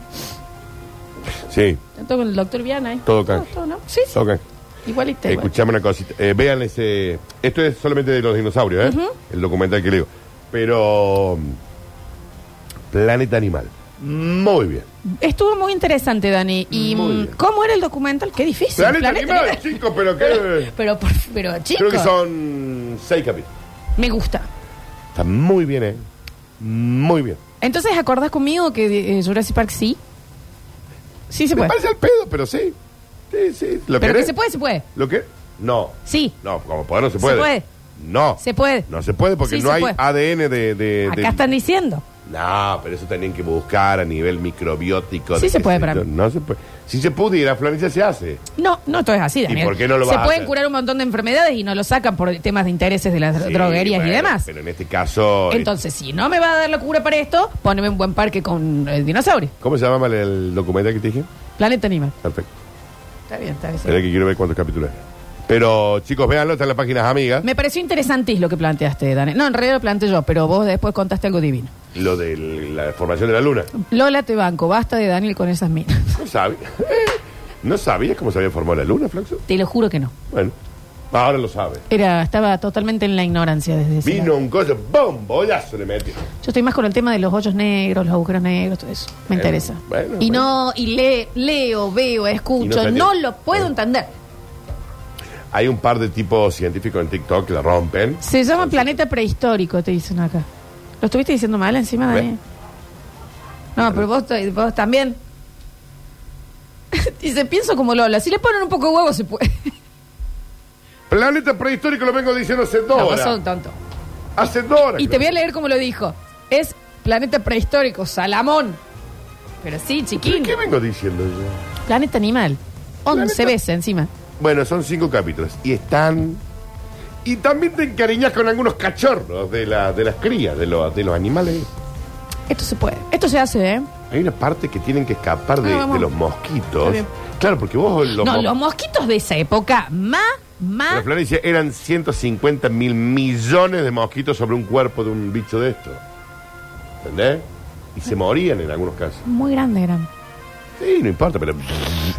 Speaker 2: Sí,
Speaker 1: Todo con el doctor Viana ahí.
Speaker 2: Todo canje.
Speaker 1: todo, ¿no? Sí, sí.
Speaker 2: ok.
Speaker 1: Igualita, igual.
Speaker 2: Escuchame una cosita. Eh, vean ese... Esto es solamente de los dinosaurios, ¿eh? El documental que leo. Pero... mm, Planeta Animal. Muy bien.
Speaker 1: Estuvo muy interesante, Dani. ¿Y
Speaker 2: Muy
Speaker 1: mm,
Speaker 2: bien.
Speaker 1: cómo era el documental? Qué difícil.
Speaker 2: Planeta,
Speaker 1: Planeta
Speaker 2: Animal,
Speaker 1: Animal.
Speaker 2: chicos, pero qué...
Speaker 1: [LAUGHS] Pero, por- pero
Speaker 2: Creo
Speaker 1: chicos,
Speaker 2: que son seis capítulos.
Speaker 1: me gusta.
Speaker 2: Está muy bien, ¿eh? Muy bien.
Speaker 1: Entonces, ¿acordás conmigo que eh, Jurassic Park sí? Sí se
Speaker 2: Me
Speaker 1: puede.
Speaker 2: parece al pedo, pero sí. Sí, sí. ¿Lo
Speaker 1: Pero que
Speaker 2: querés?
Speaker 1: se puede, se puede.
Speaker 2: ¿Lo que? No.
Speaker 1: Sí.
Speaker 2: No, como poder no se puede.
Speaker 1: puede.
Speaker 2: No.
Speaker 1: Se puede.
Speaker 2: No este- se puede porque
Speaker 1: Sí,
Speaker 2: no
Speaker 1: se
Speaker 2: hay
Speaker 1: puede.
Speaker 2: ADN de, de- de-
Speaker 1: Acá están diciendo.
Speaker 2: No, pero eso tenían que buscar a nivel microbiótico. de
Speaker 1: Sí se
Speaker 2: qué
Speaker 1: puede,
Speaker 2: sé
Speaker 1: para
Speaker 2: yo.
Speaker 1: mí.
Speaker 2: No se puede. Si se pudiera, Florencia se hace.
Speaker 1: No, no todo es así, Daniel.
Speaker 2: por qué no lo
Speaker 1: Se
Speaker 2: vas a
Speaker 1: pueden
Speaker 2: hacer?
Speaker 1: curar un montón de enfermedades y no lo sacan por temas de intereses de las
Speaker 2: Sí,
Speaker 1: droguerías y
Speaker 2: bueno,
Speaker 1: demás.
Speaker 2: Pero en este caso. eh,
Speaker 1: Entonces, si no me va a dar la cura para esto, poneme un buen parque con eh, dinosaurios.
Speaker 2: ¿Cómo se llama el documental que te dije?
Speaker 1: Planeta Animal.
Speaker 2: Perfecto.
Speaker 1: Está bien, está bien. sí.
Speaker 2: Era que quiero ver cuántos capítulos. hay. Pero, chicos, véanlo, está en las páginas amigas.
Speaker 1: Me pareció interesantísimo lo que planteaste, Daniel. No, en realidad lo planteé yo, pero vos después contaste algo divino.
Speaker 2: Lo de la formación de la luna.
Speaker 1: Lola, te banco. Basta de Daniel con esas minas. [LAUGHS]
Speaker 2: No sabía. ¿No sabías cómo se había formado la luna, Flaxo?
Speaker 1: Te lo juro que no.
Speaker 2: Bueno, ahora lo sabes.
Speaker 1: Era, estaba totalmente en la ignorancia desde ese
Speaker 2: Vino
Speaker 1: lado.
Speaker 2: un coche, bomboyazo le metió.
Speaker 1: Yo estoy más con el tema de los hoyos negros, los agujeros negros, todo eso. Me
Speaker 2: Bueno,
Speaker 1: interesa.
Speaker 2: bueno,
Speaker 1: y
Speaker 2: bueno.
Speaker 1: no, y le- leo, veo,
Speaker 2: Y no
Speaker 1: escucho,
Speaker 2: te
Speaker 1: no,
Speaker 2: entiendo.
Speaker 1: lo puedo
Speaker 2: Bueno.
Speaker 1: entender.
Speaker 2: Hay un par de tipos científicos en TikTok que la rompen.
Speaker 1: Se llama planeta prehistórico, te dicen acá. ¿Lo estuviste diciendo mal encima de
Speaker 2: Ve.
Speaker 1: No, pero vos, t- vos también. [LAUGHS] Dice, pienso como Lola. Si le ponen un poco de huevo, se puede.
Speaker 2: Planeta prehistórico lo vengo diciendo hace dos
Speaker 1: No, vos
Speaker 2: horas.
Speaker 1: sos un tonto.
Speaker 2: Hace dos horas.
Speaker 1: Y
Speaker 2: que
Speaker 1: te
Speaker 2: lo-
Speaker 1: voy a leer como lo dijo. Es planeta prehistórico, Salamón. Pero sí,
Speaker 2: ¿Pero
Speaker 1: chiquín.
Speaker 2: ¿Qué vengo diciendo yo?
Speaker 1: Planeta animal. 11
Speaker 2: Planeta-
Speaker 1: veces encima.
Speaker 2: Bueno, son cinco capítulos. Y están. Y también te encariñas con algunos cachorros de, la, de las crías, de, los de los animales.
Speaker 1: Esto se puede. Esto se hace, ¿eh?
Speaker 2: Hay una parte que tienen que escapar de,
Speaker 1: Ah, vamos.
Speaker 2: de los
Speaker 1: Está
Speaker 2: mosquitos.
Speaker 1: bien.
Speaker 2: Claro, porque vos los
Speaker 1: no,
Speaker 2: mos-
Speaker 1: los mosquitos de esa época, más,
Speaker 2: Pero
Speaker 1: más.
Speaker 2: Florencia, eran 150 mil millones de mosquitos sobre un cuerpo de un bicho de esto. ¿Entendés? Y se morían en algunos casos.
Speaker 1: Muy grande eran.
Speaker 2: Sí, no importa, pero.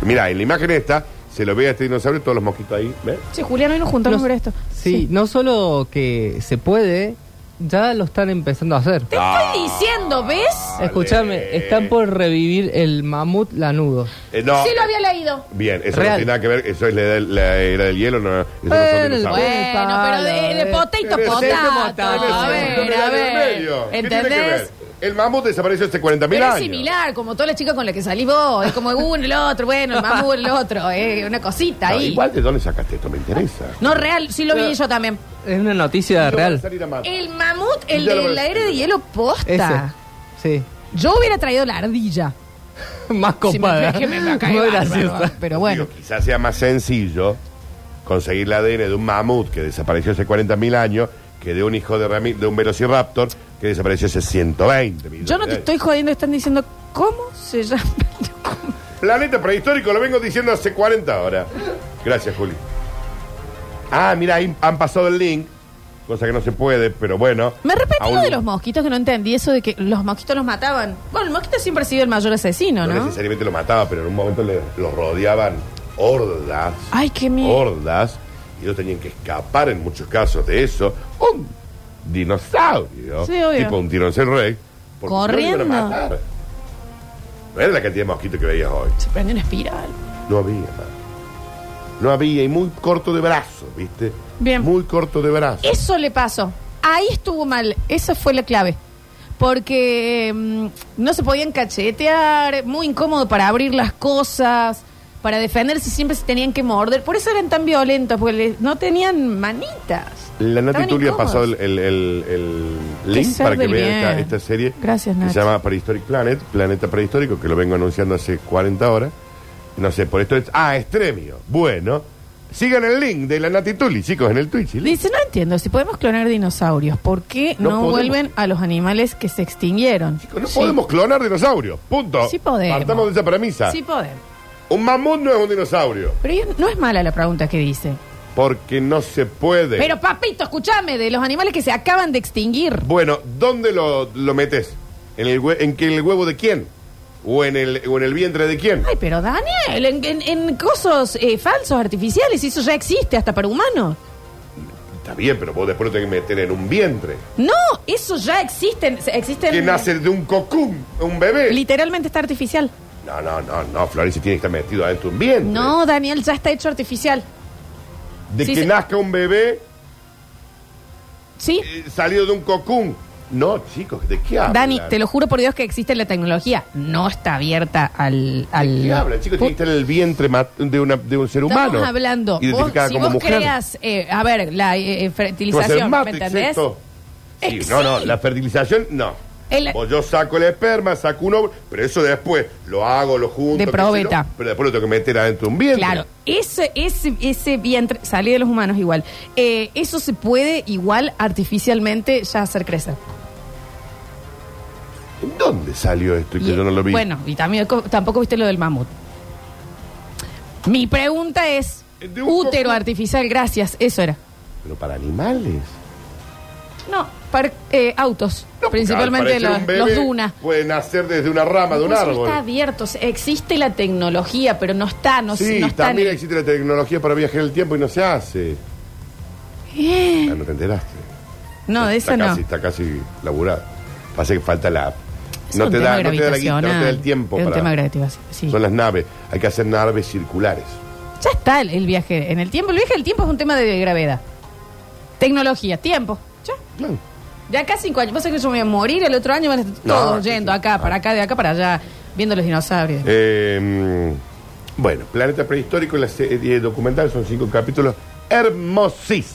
Speaker 2: Mira, en la imagen esta se lo ve a este dinosaurio, todos los mosquitos ahí. ¿Ves?
Speaker 1: Sí, Julián, hoy nos juntamos
Speaker 5: Los-
Speaker 1: por esto.
Speaker 5: Sí, no solo que se puede, ya lo están empezando a hacer.
Speaker 1: Te
Speaker 2: Ah.
Speaker 1: estoy diciendo, ¿ves?
Speaker 5: Escúchame, están por revivir el mamut lanudo.
Speaker 2: Eh, no.
Speaker 1: Sí lo había leído.
Speaker 2: Bien, eso no
Speaker 5: Real.
Speaker 2: tiene nada que ver, eso es la, edad- la era del hielo, no, eso no son
Speaker 5: Bueno,
Speaker 2: dinosaurios.
Speaker 5: bueno.
Speaker 1: Bueno, pero de, de potato,
Speaker 2: Pero
Speaker 1: potato.
Speaker 2: ese
Speaker 5: potato,
Speaker 1: A ver, a ver.
Speaker 2: ¿Qué tiene que ver?
Speaker 1: ¿Entendés?
Speaker 2: El mamut desapareció hace 40.000
Speaker 1: Pero es
Speaker 2: años.
Speaker 1: similar, como toda la chica con la que salís vos. Es como uno, el otro, bueno, el mamú, el otro. Es una cosita
Speaker 2: No,
Speaker 1: ahí.
Speaker 2: igual de dónde sacaste esto, me interesa.
Speaker 1: No, real, sí lo vi yo también.
Speaker 5: Es una noticia
Speaker 2: Yo voy a
Speaker 5: real.
Speaker 2: salir a matar.
Speaker 1: El mamut, el
Speaker 2: Ya lo
Speaker 1: de
Speaker 2: voy a
Speaker 1: la
Speaker 2: decir.
Speaker 1: era de hielo
Speaker 5: Ese.
Speaker 1: posta.
Speaker 5: Sí. [LAUGHS]
Speaker 1: Yo hubiera traído la ardilla.
Speaker 5: Más
Speaker 1: Si me-
Speaker 5: copada.
Speaker 1: que me va a caer
Speaker 5: Muy
Speaker 1: bárbaro.
Speaker 5: graciosa.
Speaker 1: Pero bueno.
Speaker 2: Digo, quizás sea más sencillo conseguir el ADN de un mamut que desapareció hace 40.000 años que de un hijo de, rami- de un velociraptor que desapareció hace 120
Speaker 1: Yo no te estoy jodiendo, están diciendo cómo se llama. [LAUGHS]
Speaker 2: Planeta prehistórico, lo vengo diciendo hace 40 horas. Gracias, Juli. Ah, mira, ahí han pasado el link, cosa que no se puede, pero bueno.
Speaker 1: Me repetí
Speaker 2: Aún
Speaker 1: lo de los mosquitos que no entendí, eso de que los mosquitos los mataban. Bueno, el mosquito siempre ha sido el mayor asesino,
Speaker 2: No,
Speaker 1: ¿no?
Speaker 2: necesariamente lo mataba, pero en un momento le- lo rodeaban hordas.
Speaker 1: Ay, qué miedo.
Speaker 2: Hordas. Y ellos tenían que escapar en muchos casos de eso. Un dinosaurio.
Speaker 1: Sí, obvio.
Speaker 2: Tipo un tiranosaurio rey. porque si no lo iban a
Speaker 1: Corriendo.
Speaker 2: matar. No era la cantidad de mosquitos que veías hoy.
Speaker 1: Se prende una espiral.
Speaker 2: No había, man. No había, y muy corto de brazo, ¿viste?
Speaker 1: Bien.
Speaker 2: Muy corto de brazo.
Speaker 1: Eso le pasó. Ahí estuvo mal. Esa fue la clave. Porque mm, no se podían cachetear, muy incómodo para abrir las cosas, para defenderse siempre se tenían que morder. Por eso eran tan violentos, porque le- no tenían manitas.
Speaker 2: La Nati
Speaker 1: Estaban
Speaker 2: Tulia ha
Speaker 1: incómodos.
Speaker 2: pasado el, el- el- el
Speaker 1: Qué
Speaker 2: link
Speaker 1: ser
Speaker 2: para que
Speaker 1: del
Speaker 2: vean
Speaker 1: bien.
Speaker 2: esta, esta serie.
Speaker 1: Gracias,
Speaker 2: Que
Speaker 1: Nacho.
Speaker 2: se llama Prehistoric Planet, Planeta Prehistórico, que lo vengo anunciando hace 40 horas. No sé, por esto es. Ah, Estremio. Bueno. Sigan el link de la Nati Tuli, chicos, en el Twitch. el link.
Speaker 1: Dice, no entiendo, si podemos clonar dinosaurios, ¿por qué
Speaker 2: No
Speaker 1: no,
Speaker 2: podemos.
Speaker 1: vuelven a los animales que se extinguieron?
Speaker 2: Chicos, no
Speaker 1: Sí.
Speaker 2: podemos clonar dinosaurios. Punto.
Speaker 1: Sí podemos.
Speaker 2: Partamos de esa premisa.
Speaker 1: Sí podemos.
Speaker 2: Un mamut no es un dinosaurio.
Speaker 1: Pero yo- no es mala la pregunta que dice.
Speaker 2: Porque no se puede.
Speaker 1: Pero papito, escúchame, de los animales que se acaban de extinguir.
Speaker 2: Bueno, ¿dónde lo, lo metes? ¿En el, hue- en, qué- en el huevo de quién? ¿O en el, o en el vientre de quién?
Speaker 1: Ay, pero Daniel, en, en- en cosas eh, falsos, artificiales, eso ya existe hasta para humanos.
Speaker 2: Está bien, pero vos después lo tenés que meter en un vientre.
Speaker 1: No, eso ya existe. existen
Speaker 2: Que nace de un cocún, un bebé.
Speaker 1: Literalmente está artificial.
Speaker 2: No, no, no, no, Florencia tiene que estar metido adentro de un vientre.
Speaker 1: No, Daniel, ya está hecho artificial.
Speaker 2: De
Speaker 1: sí,
Speaker 2: que
Speaker 1: sí.
Speaker 2: nazca un bebé
Speaker 1: ¿Sí? Ah,
Speaker 2: eh, salido de un cocún. No, chicos, ¿de qué hablan?
Speaker 1: Dani, te lo juro por Dios que existe la tecnología. No está abierta al. al...
Speaker 2: ¿De qué hablan, chicos? Tiene que estar en el vientre mat- de, una, de un ser humano.
Speaker 1: Estamos hablando. Vos,
Speaker 2: Identificada
Speaker 1: si
Speaker 2: como
Speaker 1: vos
Speaker 2: mujer.
Speaker 1: creas, eh, a ver, la eh, eh,
Speaker 2: ¿Qué va a ser,
Speaker 1: fertilización, ¿me
Speaker 2: Matrix
Speaker 1: entendés?
Speaker 2: esto? Sí,
Speaker 1: Ex-
Speaker 2: no, no,
Speaker 1: sí.
Speaker 2: la fertilización no.
Speaker 1: El-
Speaker 2: O yo saco el esperma, saco un óvulo, pero eso después lo hago, lo junto.
Speaker 1: De
Speaker 2: qué sé
Speaker 1: probeta.
Speaker 2: yo, Pero después lo tengo que meter adentro de un vientre.
Speaker 1: Claro, ese, ese, ese vientre, salir de los humanos igual, eh, eso se puede igual artificialmente ya hacer crecer.
Speaker 2: ¿En dónde salió esto y que
Speaker 1: Y-
Speaker 2: yo no lo vi?
Speaker 1: Bueno, y también co- tampoco viste lo del mamut. Mi pregunta es,
Speaker 2: De un
Speaker 1: útero
Speaker 2: coco-
Speaker 1: artificial, gracias, eso era.
Speaker 2: Pero para animales.
Speaker 1: No, para eh, autos,
Speaker 2: No,
Speaker 1: principalmente
Speaker 2: porque
Speaker 1: los,
Speaker 2: al parecer un
Speaker 1: los
Speaker 2: bebé
Speaker 1: dunas.
Speaker 2: Puede nacer desde una rama de un
Speaker 1: Eso
Speaker 2: árbol.
Speaker 1: Está abierto, se- existe la tecnología, pero no está, no, se-
Speaker 2: sí,
Speaker 1: no está.
Speaker 2: también
Speaker 1: en-
Speaker 2: existe la tecnología para viajar el tiempo y no se hace. Ah, no te enteraste.
Speaker 1: No, de eso
Speaker 2: está
Speaker 1: no.
Speaker 2: Casi, está casi laburada. Pasa que falta la.
Speaker 1: Es
Speaker 2: No
Speaker 1: un
Speaker 2: te,
Speaker 1: tema
Speaker 2: da, no te da la guita, no te da el
Speaker 1: gravitacional.
Speaker 2: tiempo.
Speaker 1: Es un
Speaker 2: para-
Speaker 1: tema gravitativo- sí.
Speaker 2: Son las naves. Hay que hacer naves circulares.
Speaker 1: Ya está el, el viaje en el tiempo. El viaje del tiempo es un tema de gravedad. Tecnología, tiempo. Ya.
Speaker 2: Claro.
Speaker 1: De acá a cinco años. Pasa que yo me voy a morir, el otro año van a estar
Speaker 2: No,
Speaker 1: todos
Speaker 2: sí,
Speaker 1: yendo
Speaker 2: sí.
Speaker 1: acá, para acá, de acá para allá, viendo los dinosaurios.
Speaker 2: Eh, bueno, Planeta Prehistórico, la serie documental, son cinco capítulos hermosis.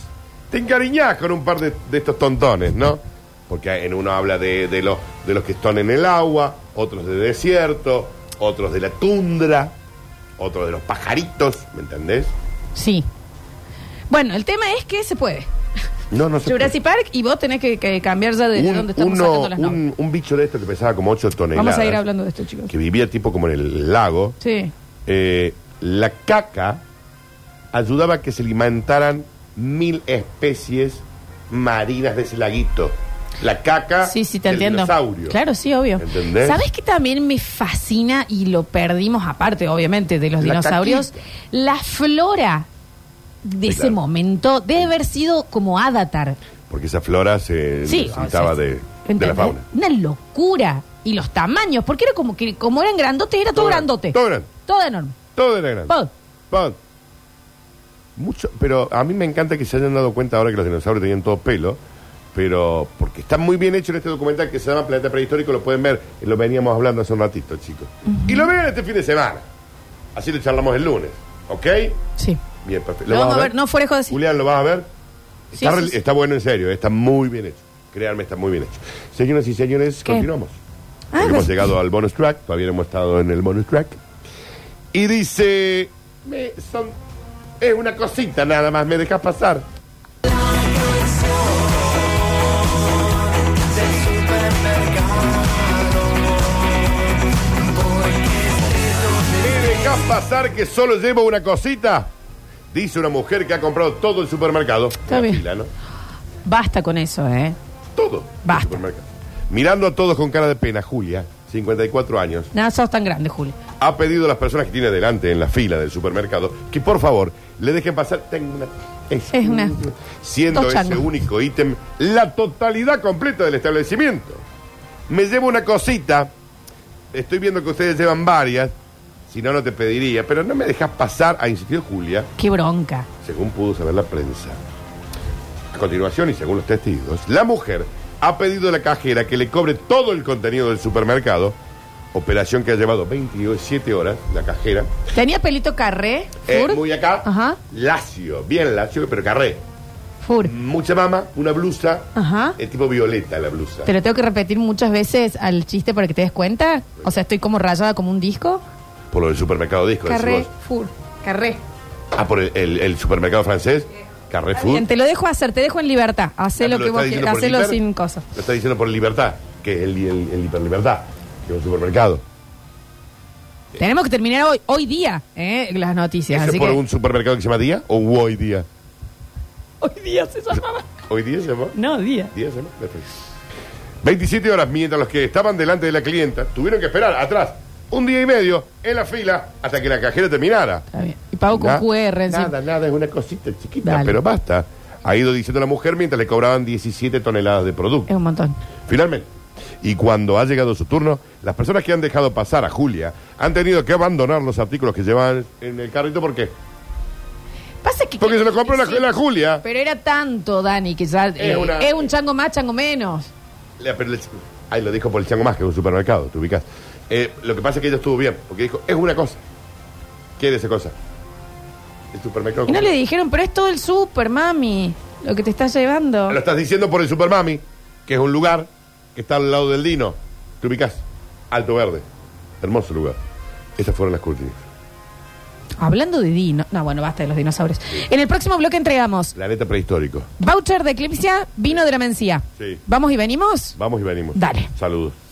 Speaker 2: Te encariñás con un par de, de estos tontones, ¿no? Porque en uno habla de, de los, de los que están en el agua, otros de desierto, otros de la tundra, otros de los pajaritos, ¿me entendés?
Speaker 1: Sí. Bueno, el tema es que se puede.
Speaker 2: No, no se puede.
Speaker 1: Jurassic Park y vos tenés que, que cambiar ya de
Speaker 2: un,
Speaker 1: dónde estamos
Speaker 2: uno-
Speaker 1: sacando las notas.
Speaker 2: un, un bicho de estos que pesaba como 8 toneladas.
Speaker 1: Vamos a ir hablando de esto, chicos.
Speaker 2: Que vivía tipo como en el lago.
Speaker 1: Sí.
Speaker 2: Eh, la caca ayudaba a que se alimentaran mil especies marinas de ese laguito. La caca
Speaker 1: Sí, sí, te
Speaker 2: del
Speaker 1: entiendo.
Speaker 2: dinosaurio.
Speaker 1: Claro, sí, obvio.
Speaker 2: ¿Entendés?
Speaker 1: ¿Sabes qué también me fascina y lo perdimos aparte, obviamente, de los
Speaker 2: La
Speaker 1: dinosaurios?
Speaker 2: caquita.
Speaker 1: La flora de
Speaker 2: Sí,
Speaker 1: ese
Speaker 2: claro.
Speaker 1: momento debe haber sido como Avatar.
Speaker 2: Porque esa flora se
Speaker 1: Sí,
Speaker 2: necesitaba
Speaker 1: o sea,
Speaker 2: de, de la
Speaker 1: ¿entendés?
Speaker 2: fauna.
Speaker 1: Una locura. Y los tamaños, porque era como que como eran grandotes, era todo,
Speaker 2: Todo grande,
Speaker 1: grandote.
Speaker 2: todo grande.
Speaker 1: Todo enorme.
Speaker 2: Todo era grande.
Speaker 1: Pod.
Speaker 2: Pod. Mucho, pero a mí me encanta que se hayan dado cuenta ahora que los dinosaurios tenían todo pelo, pero porque está muy bien hecho en este documental que se llama Planeta Prehistórico, lo pueden ver, eh, lo veníamos hablando hace un ratito, chicos. Y lo vean este fin de semana. Así lo charlamos el lunes, ¿ok?
Speaker 1: Sí.
Speaker 2: Bien, perfecto.
Speaker 1: Lo vamos a ver, no fuera joda, sí.
Speaker 2: Julián, ¿lo vas a ver?
Speaker 1: Sí,
Speaker 2: Está,
Speaker 1: sí,
Speaker 2: re-
Speaker 1: sí.
Speaker 2: está bueno en serio, eh, está muy bien hecho. Créanme, está muy bien hecho. Señoras y señores,
Speaker 1: ¿Qué?
Speaker 2: continuamos.
Speaker 1: Ah,
Speaker 2: Porque hemos
Speaker 1: pues-
Speaker 2: llegado al bonus track, todavía no hemos estado en el bonus track. Y dice, me son, es una cosita nada más, me dejas pasar. ¿Me dejas pasar que solo llevo una cosita? Dice una mujer que ha comprado todo el supermercado.
Speaker 1: Está
Speaker 2: La
Speaker 1: bien.
Speaker 2: fila, ¿no?
Speaker 1: Ah, Basta con eso, ¿eh?
Speaker 2: Todo.
Speaker 1: Basta.
Speaker 2: El supermercado. Mirando a todos con cara de pena, Julia, 54 años,
Speaker 1: Nada, sos tan grande, Julio.
Speaker 2: ha pedido a las personas que tiene delante en la fila del supermercado que por favor le dejen pasar. Tengo una. Es,
Speaker 1: Es una-
Speaker 2: Siendo
Speaker 1: dos
Speaker 2: ese
Speaker 1: changos.
Speaker 2: único ítem la totalidad completa del establecimiento. Me llevo una cosita. Estoy viendo que ustedes llevan varias. Si no, no te pediría. Pero no me dejas pasar, ha insistido Julia
Speaker 1: Qué bronca.
Speaker 2: según pudo saber la prensa. A continuación, y según los testigos, la mujer ha pedido a la cajera que le cobre todo el contenido del supermercado, operación que ha llevado 27 horas, la cajera,
Speaker 1: Tenía pelito carré,
Speaker 2: eh,
Speaker 1: fur,
Speaker 2: muy acá,
Speaker 1: Ajá.
Speaker 2: lacio, bien lacio, pero carré.
Speaker 1: fur.
Speaker 2: Mucha mama, una blusa,
Speaker 1: Ajá.
Speaker 2: eh, tipo violeta la blusa.
Speaker 1: ¿Te lo tengo que repetir muchas veces al chiste para que te des cuenta? O sea, estoy como rayada como un disco.
Speaker 2: Por lo del supermercado disco,
Speaker 1: Carré,
Speaker 2: decís vos.
Speaker 1: fur, carré.
Speaker 2: Ah, por el, el- el supermercado francés, Carré Food. Ah,
Speaker 1: Bien, te lo dejo hacer, te dejo en libertad. Hacé lo que vos quieras, hacelo sin
Speaker 2: cosas.
Speaker 1: cosas.
Speaker 2: Lo está diciendo por libertad, que es el, el, el hiperlibertad, que es un supermercado.
Speaker 1: Tenemos que terminar hoy, hoy día ¿eh? las noticias.
Speaker 2: ¿Ese
Speaker 1: Así
Speaker 2: por
Speaker 1: que
Speaker 2: un supermercado que se llama Día o Hoy Día?
Speaker 1: [LAUGHS] Hoy día se llamaba.
Speaker 2: ¿Hoy Día se llama?
Speaker 1: No, día.
Speaker 2: Día se llama, perfecto. 27 horas, mientras los que estaban delante de la clienta tuvieron que esperar atrás un día y medio en la fila hasta que la cajera terminara.
Speaker 1: Está bien. Y pago con
Speaker 2: Na-
Speaker 1: QR encima.
Speaker 2: Nada, nada, es una cosita chiquita,
Speaker 1: Dale.
Speaker 2: pero basta. Ha ido diciendo la mujer mientras le cobraban 17 toneladas de producto.
Speaker 1: Es un montón.
Speaker 2: Finalmente. Y cuando ha llegado su turno, las personas que han dejado pasar a Julia han tenido que abandonar los artículos que llevan en el carrito porque
Speaker 1: Pasa que.
Speaker 2: porque se lo compró la,
Speaker 1: Sí.
Speaker 2: la Julia.
Speaker 1: Pero era tanto, Dani, que ya. eh, Es,
Speaker 2: una-
Speaker 1: un chango más, chango menos.
Speaker 2: La- pero el- ahí lo dijo por el chango más que es un supermercado, te ubicas. Eh, lo que pasa es que ella estuvo bien, porque dijo, es una cosa. ¿Qué es esa cosa? El supermercado.
Speaker 1: Y no le dijeron, pero es todo el super, mami, lo que te estás llevando.
Speaker 2: Lo estás diciendo por el Supermami, que es un lugar que está al lado del Dino. Te ubicas. Alto Verde. Hermoso lugar. Esas fueron las cortinas.
Speaker 1: Hablando de dino. No, bueno, basta de los dinosaurios. En el próximo bloque entregamos
Speaker 2: Planeta prehistórico.
Speaker 1: voucher de eclipsia, vino de la mencía.
Speaker 2: Sí.
Speaker 1: ¿Vamos y venimos?
Speaker 2: Vamos y venimos.
Speaker 1: Dale.
Speaker 2: Saludos.